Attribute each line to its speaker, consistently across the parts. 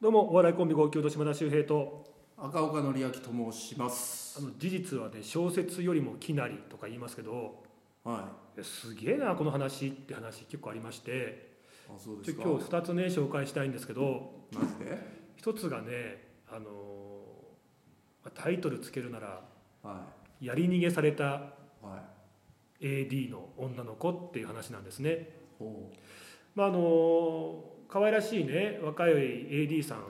Speaker 1: どうもお笑いコンビ号泣と島田秀平と
Speaker 2: 赤岡典明と申します
Speaker 1: あの事実はね小説よりもきなりとか言いますけど
Speaker 2: はい
Speaker 1: やすげえなこの話って話結構ありまして
Speaker 2: いあそう
Speaker 1: ち
Speaker 2: で
Speaker 1: ょ
Speaker 2: すか
Speaker 1: 今日2つね紹介したいんですけど
Speaker 2: マジで
Speaker 1: 1つがねあのーまあタイトルつけるなら
Speaker 2: は
Speaker 1: 「やり逃げされた
Speaker 2: いはい
Speaker 1: AD の女の子」っていう話なんですね。
Speaker 2: ほ
Speaker 1: まああのー可愛らしいね若い AD さん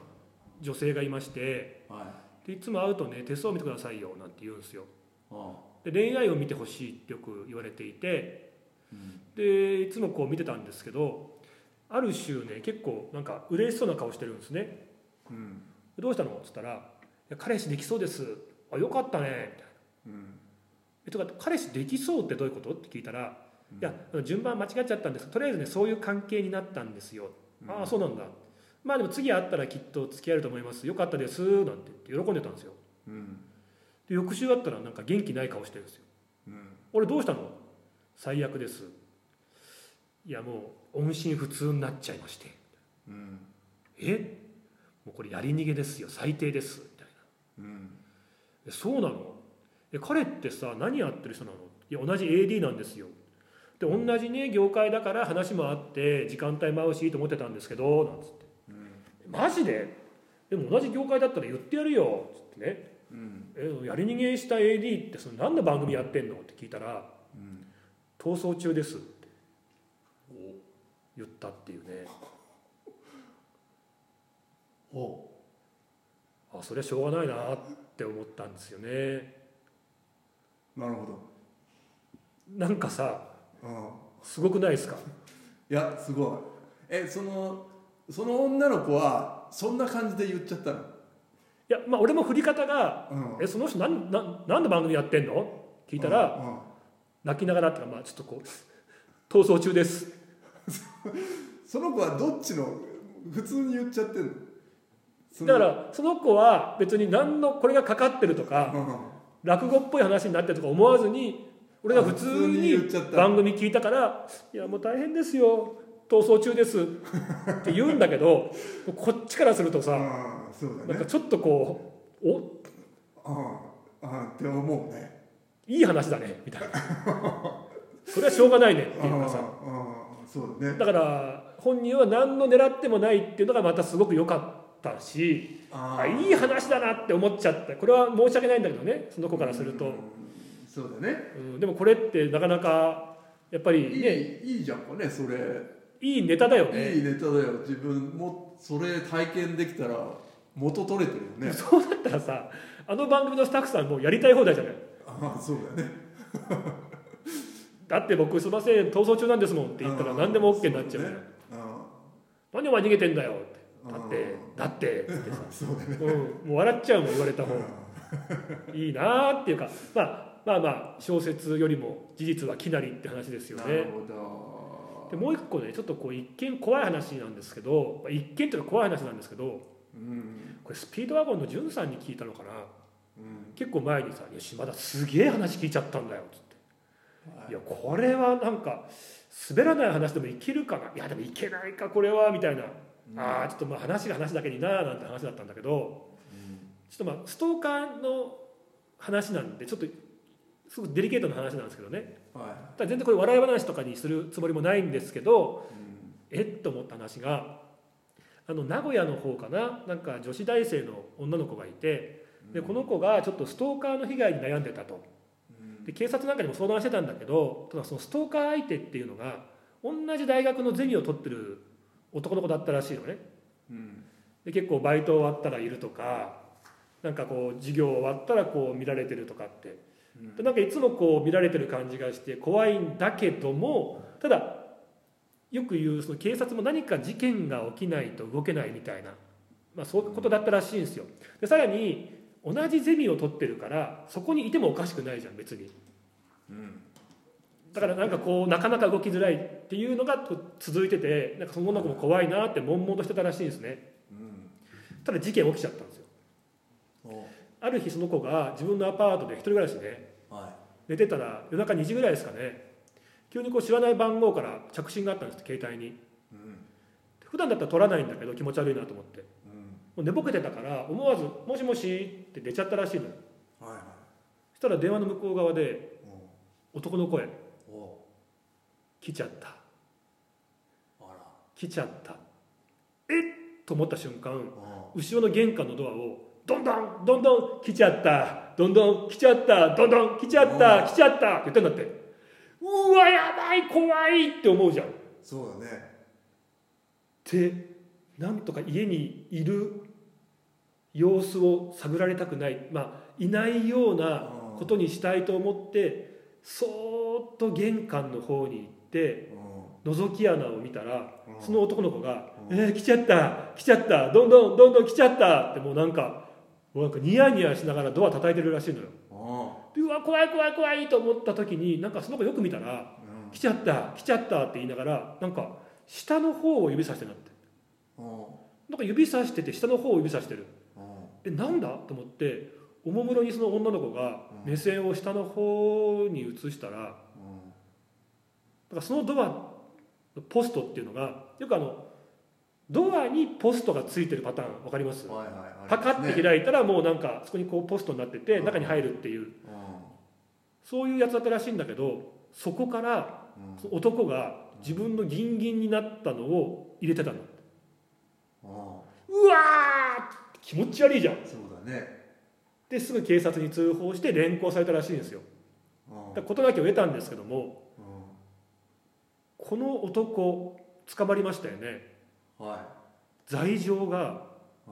Speaker 1: 女性がいまして
Speaker 2: うはいあ
Speaker 1: でいつも会うとね手相見てくださいよなんて言うんですよ
Speaker 2: あ
Speaker 1: で恋愛を見てほしいってよく言われていて
Speaker 2: うん
Speaker 1: でいつもこう見てたんですけどある週ね結構なんか嬉しそうな顔してるんですね
Speaker 2: うん
Speaker 1: どうしたのっつったらいや「彼氏できそうです」「あよかったね」みたいな
Speaker 2: うん
Speaker 1: えとか「彼氏できそうってどういうこと?」って聞いたら「いやあの順番間違っちゃったんですとりあえずねそういう関係になったんですよ」
Speaker 2: うん
Speaker 1: ああそうなんだ」まあでも次会ったらきっと付き合えると思いますよかったです」なんて言って喜んでたんですよ
Speaker 2: うん
Speaker 1: で翌週会ったらなんか元気ない顔してるんですよ
Speaker 2: うん
Speaker 1: 俺どうしたの最悪ですいやもう音信不通になっちゃいまして
Speaker 2: うん
Speaker 1: えもうこれやり逃げですよ最低ですみたいな
Speaker 2: うん
Speaker 1: えそうなのえ彼ってさ何やってる人なのいや同じ AD なんですよで同じね業界だから話もあって時間帯も合うしいいと思ってたんですけどなんつって
Speaker 2: うん
Speaker 1: マジででも同じ業界だったら言ってやるよつってね
Speaker 2: うん
Speaker 1: えやり逃げした AD ってその何の番組やってんのって聞いたら
Speaker 2: うん
Speaker 1: 逃走中ですって言ったっていうね
Speaker 2: ほ
Speaker 1: あそれはしょうがないなって思ったんですよね
Speaker 2: うなるほど
Speaker 1: なんかさ
Speaker 2: うん
Speaker 1: すごくないですか
Speaker 2: いやすごいえそのその女の子はそんな感じで言っちゃったの
Speaker 1: いやまあ俺も振り方が
Speaker 2: うん
Speaker 1: えその人何何何の番組やってんの?」聞いたら、
Speaker 2: うんうん
Speaker 1: 泣きながらっていうかまあちょっとこう「逃走中です
Speaker 2: その子はどっちの普通に言っちゃってんの」その
Speaker 1: だからその子は別に何のこれがかかってるとか
Speaker 2: う
Speaker 1: 落語っぽい話になってるとか思わずに俺が普通
Speaker 2: 普通に
Speaker 1: に
Speaker 2: 言っちゃった
Speaker 1: 番組聞いたから「いやもう大変ですよ逃走中です」って言うんだけどこっちからするとさ
Speaker 2: んうんそう
Speaker 1: な
Speaker 2: だ
Speaker 1: ん
Speaker 2: ね
Speaker 1: かちょっとこう「お
Speaker 2: うんうんって思うね
Speaker 1: いい話だね」みたいなそれはしょうがないねっていうかさ
Speaker 2: うんうんそうだね
Speaker 1: だから本人は何の狙ってもないっていうのがまたすごく良かったしあ
Speaker 2: ー
Speaker 1: いい話だなって思っちゃったこれは申し訳ないんだけどねその子からする
Speaker 2: う
Speaker 1: と
Speaker 2: ん、そうだね
Speaker 1: うんでもこれってなかなかやっぱ
Speaker 2: い
Speaker 1: りね
Speaker 2: いいいじゃんかねそれ
Speaker 1: いいネタだよね
Speaker 2: いいネタだよ自分もそれ体験できたら元取れてるよね
Speaker 1: そうだったらさあの番組のスタッフさんもうやりたい放題じゃない
Speaker 2: ああそうだね
Speaker 1: だって僕すいません逃走中なんですもんって言ったら
Speaker 2: うん
Speaker 1: 何でも OK になっちゃうじゃん
Speaker 2: そうねう
Speaker 1: 何でお前逃げてんだよって
Speaker 2: うん
Speaker 1: だってだってつってさ、
Speaker 2: んそうだ ね
Speaker 1: うん、もう笑っちゃうもん言われた方いいなーっていうか、まあ、まあまあ小説よりも事実はきなりって話ですよ
Speaker 2: な
Speaker 1: ね
Speaker 2: るほど
Speaker 1: でもう一個ねちょっとこう一見怖い話なんですけどまあ一見というか怖い話なんですけど
Speaker 2: うん
Speaker 1: これスピードワゴンのんさんに聞いたのかな
Speaker 2: うん
Speaker 1: 結構前にさ「いや島田すげえ話聞いちゃったんだよ」つって「いやこれはなんか滑らない話でもいけるかないやでもいけないかこれは」みたいな「ああちょっとまあ話が話だけにな」なんて話だったんだけどちょっとまあストーカーの話なんでちょっとすごくデリケートな話なんですけどね
Speaker 2: は
Speaker 1: ただ全然これ笑い話とかにするつもりもないんですけど
Speaker 2: いうん
Speaker 1: えっと思った話があの名古屋の方かななんか女子大生の女の子がいてでこの子がちょっとストーカーの被害に悩んでたと
Speaker 2: うん
Speaker 1: で警察なんかにも相談してたんだけどただそのストーカー相手っていうのが同じ大学のゼミを取ってる男の子だったらしいのね
Speaker 2: うん
Speaker 1: で結構バイト終わったらいるとかなんかこう授業終わったらこう見られてるとかって
Speaker 2: うん
Speaker 1: でなんかいつもこう見られてる感じがして怖いんだけどもただよく言うその警察も何か事件が起きないと動けないみたいな、まあ、そういうことだったらしいんですよでさらに同じゼミを取ってるからそこにいてもおかしくないじゃん別に
Speaker 2: うん
Speaker 1: だからなんかこうなかなか動きづらいっていうのがと続いててなんかその女の子も怖いなって悶々としてたらしいんですね
Speaker 2: うん
Speaker 1: ただ事件起きちゃったんですよ
Speaker 2: お
Speaker 1: ある日その子が自分のアパートで一人暮らしで
Speaker 2: は
Speaker 1: 寝てたら夜中2時ぐらいですかね急にこう知らない番号から着信があったんです携帯に
Speaker 2: いうん
Speaker 1: 普段だったら取らないんだけど気持ち悪いなと思って
Speaker 2: うん
Speaker 1: う寝ぼけてたから思わず「もしもし」って出ちゃったらしいのよ
Speaker 2: はいはい
Speaker 1: そしたら電話の向こう側で
Speaker 2: お
Speaker 1: 男の声
Speaker 2: うお
Speaker 1: 「来ちゃった
Speaker 2: うあ
Speaker 1: 来ちゃった」えっと思った瞬間
Speaker 2: らお
Speaker 1: 後ろの玄関のドアをどんどんどんどん来ちゃったどんどん来ちゃったどんどん来ちゃった来ちゃったって言ったんだってうわやばい怖いって思うじゃんっ
Speaker 2: うそうだね
Speaker 1: てなんとか家にいる様子を探られたくないまあいないようなことにしたいと思ってそーっと玄関の方に行って
Speaker 2: うん
Speaker 1: 覗き穴を見たら
Speaker 2: うん
Speaker 1: その男の子が「
Speaker 2: う
Speaker 1: えー、来ちゃった来ちゃったどんどんどんどん来ちゃった」ってもうなんかもうなんかニヤニヤしながらドア叩いてるらしいのよ。
Speaker 2: お
Speaker 1: でうわ怖い怖い怖いと思った時になんかその子よく見たら「
Speaker 2: う
Speaker 1: 来ちゃった来ちゃった」って言いながらなんか下の方を指さしてなって
Speaker 2: うんお
Speaker 1: なんか指さしてて下の方を指さしてる
Speaker 2: うお
Speaker 1: えなんだと思っておもむろにその女の子が目線を下の方に移したら
Speaker 2: ううん
Speaker 1: だからそのドアのポストっていうのがよくあのドアにポストがついてるパターンわかります
Speaker 2: はいはいあれ
Speaker 1: パカッて開いたらもうなんかそこにこうポストになってて
Speaker 2: うん
Speaker 1: 中に入るっていうそういうやつだったらしいんだけどそこから
Speaker 2: うん
Speaker 1: その男が自分のギンギンになったのを入れてたの
Speaker 2: うんうん
Speaker 1: うわー気持ち悪いじゃん
Speaker 2: そうだね
Speaker 1: ですぐ警察に通報して連行されたらしいんですよ
Speaker 2: うん
Speaker 1: だから事なきを得たんですけども
Speaker 2: うん
Speaker 1: この男捕まりましたよね
Speaker 2: はい
Speaker 1: 罪状が
Speaker 2: は
Speaker 1: あ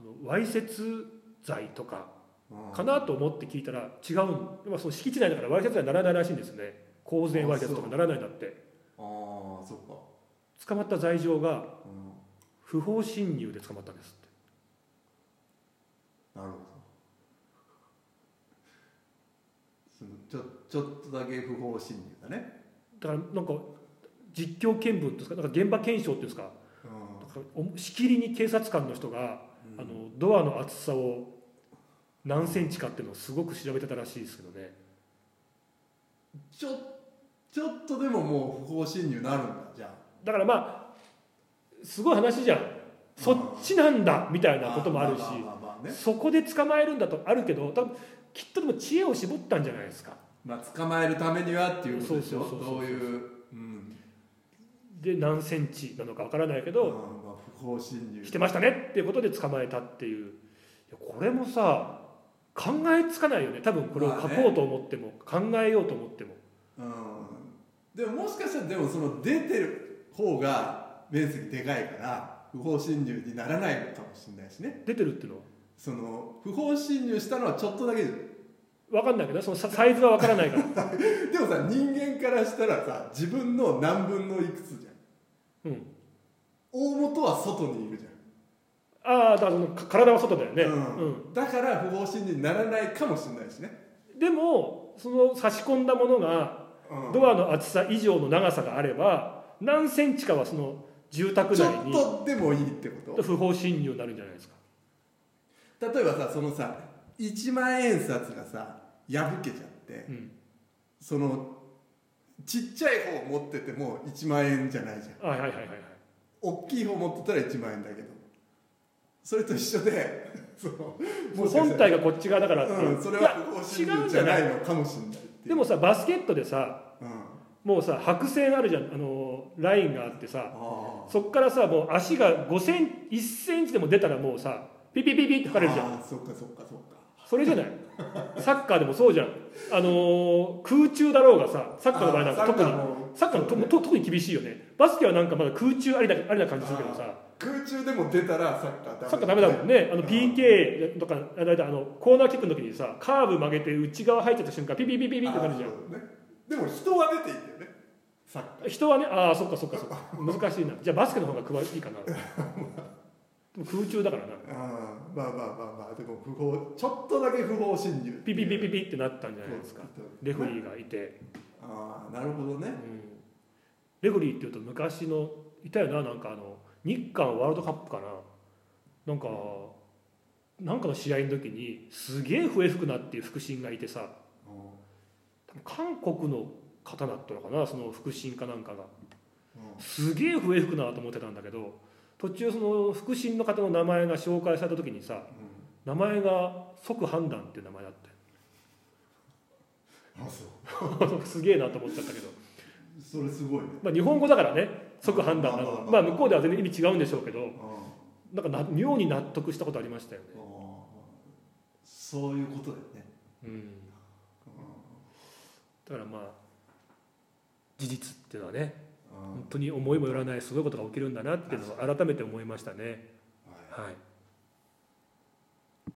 Speaker 1: のわいせつ罪とか
Speaker 2: いうん
Speaker 1: かなと思って聞いたら違うん、まあ、その敷地内だからわいせつ罪にならないらしいんですね公然わいせつとかならないんだって
Speaker 2: ああそっか
Speaker 1: 捕まった罪状が
Speaker 2: うん
Speaker 1: 不法侵入で捕まったんですって
Speaker 2: なるほどそのちょちょっとだけ不法侵入だね
Speaker 1: だからなんか実況見分ですかなんか現場検証っていうんですか
Speaker 2: うん
Speaker 1: なんかおしきりに警察官の人が、あのドアの厚さを何センチかっていうのをすごく調べてたらしいですけどね
Speaker 2: ちょちょっとでももう不法侵入なるんだじゃ
Speaker 1: だからまあすごい話じゃんそっちなんだみた
Speaker 2: あ
Speaker 1: いなこともあるし
Speaker 2: ままあまあまあね
Speaker 1: そこで捕まえるんだとあるけど多分きっとでも知恵を絞ったんじゃないですか
Speaker 2: まあ捕まえるためにはっていうことでしょ
Speaker 1: そうそうそうそう
Speaker 2: どういううん
Speaker 1: で何センチなのかわからないけ
Speaker 2: け
Speaker 1: ど、
Speaker 2: まあ、不法侵入
Speaker 1: してましたねっていうことで捕まえたっていういやこれもさ考えつかないよね多分これを書こうと思っても、考えようと思っても
Speaker 2: うんでももしかしたらでもその出てる方が面積でかいから不法侵入にならないのかもしれないしね
Speaker 1: 出てるっていうのは
Speaker 2: その不法侵入したのはちょっとだけじゃん
Speaker 1: 分かんないけどそのササイズは分からないから
Speaker 2: でもさ人間からしたらさ自分の何分のいくつじゃん
Speaker 1: うん
Speaker 2: 大元は外にいるじ
Speaker 1: ああだからそのか体は外だよね、
Speaker 2: ゃん、うんだから不法侵入にならないかもしれないしね、
Speaker 1: うんでもその差し込んだものが
Speaker 2: うん、
Speaker 1: ドアの厚さ以上の長さがあれば何センチかはその住宅
Speaker 2: ちょ
Speaker 1: 内
Speaker 2: っ
Speaker 1: に
Speaker 2: とでもいいってこと
Speaker 1: 不法侵入になるんじゃないですか
Speaker 2: 例えばさそのさ1万円札がさ破けちゃって、
Speaker 1: うん
Speaker 2: そのちっちゃい方を持ってても1万円じゃないじゃん
Speaker 1: あはいはいはいはいはい
Speaker 2: 大きい方持ってたら1万円だけどそれと一緒で そのもしかし
Speaker 1: 本
Speaker 2: たら
Speaker 1: 体がこっち側だからっていう、
Speaker 2: うん、それは不法侵
Speaker 1: いや違うん
Speaker 2: 入
Speaker 1: じ
Speaker 2: じ
Speaker 1: ゃ
Speaker 2: ゃ
Speaker 1: な
Speaker 2: ないいのかもしれないっていう
Speaker 1: でもさバスケットでさ
Speaker 2: うん、
Speaker 1: もうさ白線あるじゃんあのラインがあってさ
Speaker 2: あ
Speaker 1: そっからさもう足が5セン1センチでも出たらもうさピピピピって書
Speaker 2: あ
Speaker 1: かれるじゃん
Speaker 2: ああそっかそっかそっか
Speaker 1: それじゃないサッカーでもそうじゃんあのー空中だろうがさサッカーの場合なんか
Speaker 2: あー
Speaker 1: 特にサ
Speaker 2: サ
Speaker 1: ッ
Speaker 2: ッ
Speaker 1: カ
Speaker 2: カー
Speaker 1: ー
Speaker 2: も
Speaker 1: のとと特に厳しいよねバスケはなんかまだ空中ありだありな感じするけどさ
Speaker 2: 空中でも出たらサッカーダメ
Speaker 1: サッカーダメだもんね、あの PK とか、あの間あのコーナーキックの時にさ、カーブ曲げて内側入っちゃった瞬間、ピピピピピってなるじゃ
Speaker 2: あーそうだねでも人は出ていいんだよねサッカー
Speaker 1: ん。人はね、ああ、そっかそっかそっか、難しいな。じゃあバスケの方が詳しいかな。でも空中だからな。
Speaker 2: あーまあまあまあまあでも不法ちょっとだけ不法侵入
Speaker 1: ピピピピ
Speaker 2: ピ
Speaker 1: ピってなったんじゃないですか。レフェリーがいて。
Speaker 2: ああなるほど
Speaker 1: う
Speaker 2: ね
Speaker 1: んレフェリーっていうと昔の、いたよな、なんかあの、日韓ワールドカップかな。なんか、なんかの試合の時に、すげえ笛吹くなっていう副審がいてさ、
Speaker 2: うん
Speaker 1: 韓国の方だったのかなその腹心かなんかが
Speaker 2: うん
Speaker 1: すげえ笛吹くなと思ってたんだけど途中その腹心の方の名前が紹介された時にさ名前が即判断っていう名 前だった
Speaker 2: あそう
Speaker 1: よすげえなと思っちゃったけど、
Speaker 2: それすごいね
Speaker 1: まあ、日本語だからね即判断な
Speaker 2: まあまあ
Speaker 1: の
Speaker 2: ま
Speaker 1: ま
Speaker 2: あ
Speaker 1: あ向こうでは全然意味違うんでしょうけ
Speaker 2: あ
Speaker 1: ど
Speaker 2: あ
Speaker 1: なんかな妙に納得したことありましたよね、
Speaker 2: あそういうことだよね
Speaker 1: うん、だからまあ事実っていうのはね
Speaker 2: うん
Speaker 1: 本当に思いもよらないすごいことが起きるんだなっていうのを改めて思いましたね。
Speaker 2: はい
Speaker 1: はい